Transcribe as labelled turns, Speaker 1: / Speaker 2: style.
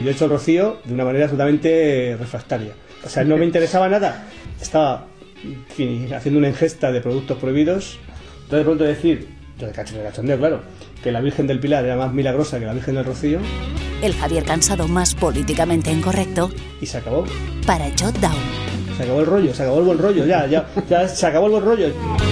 Speaker 1: lo ha hecho Rocío de una manera totalmente refractaria. O sea, no me interesaba nada. Estaba en fin, haciendo una ingesta de productos prohibidos. Entonces, de pronto decir, yo de cachondeo, de cachondeo, claro, que la Virgen del Pilar era más milagrosa que la Virgen del Rocío.
Speaker 2: El Javier cansado más políticamente incorrecto
Speaker 1: Y se acabó.
Speaker 2: para Jot Down.
Speaker 1: Se acabó el rollo, se acabó el buen rollo, ya, ya, ya se acabó el buen rollo.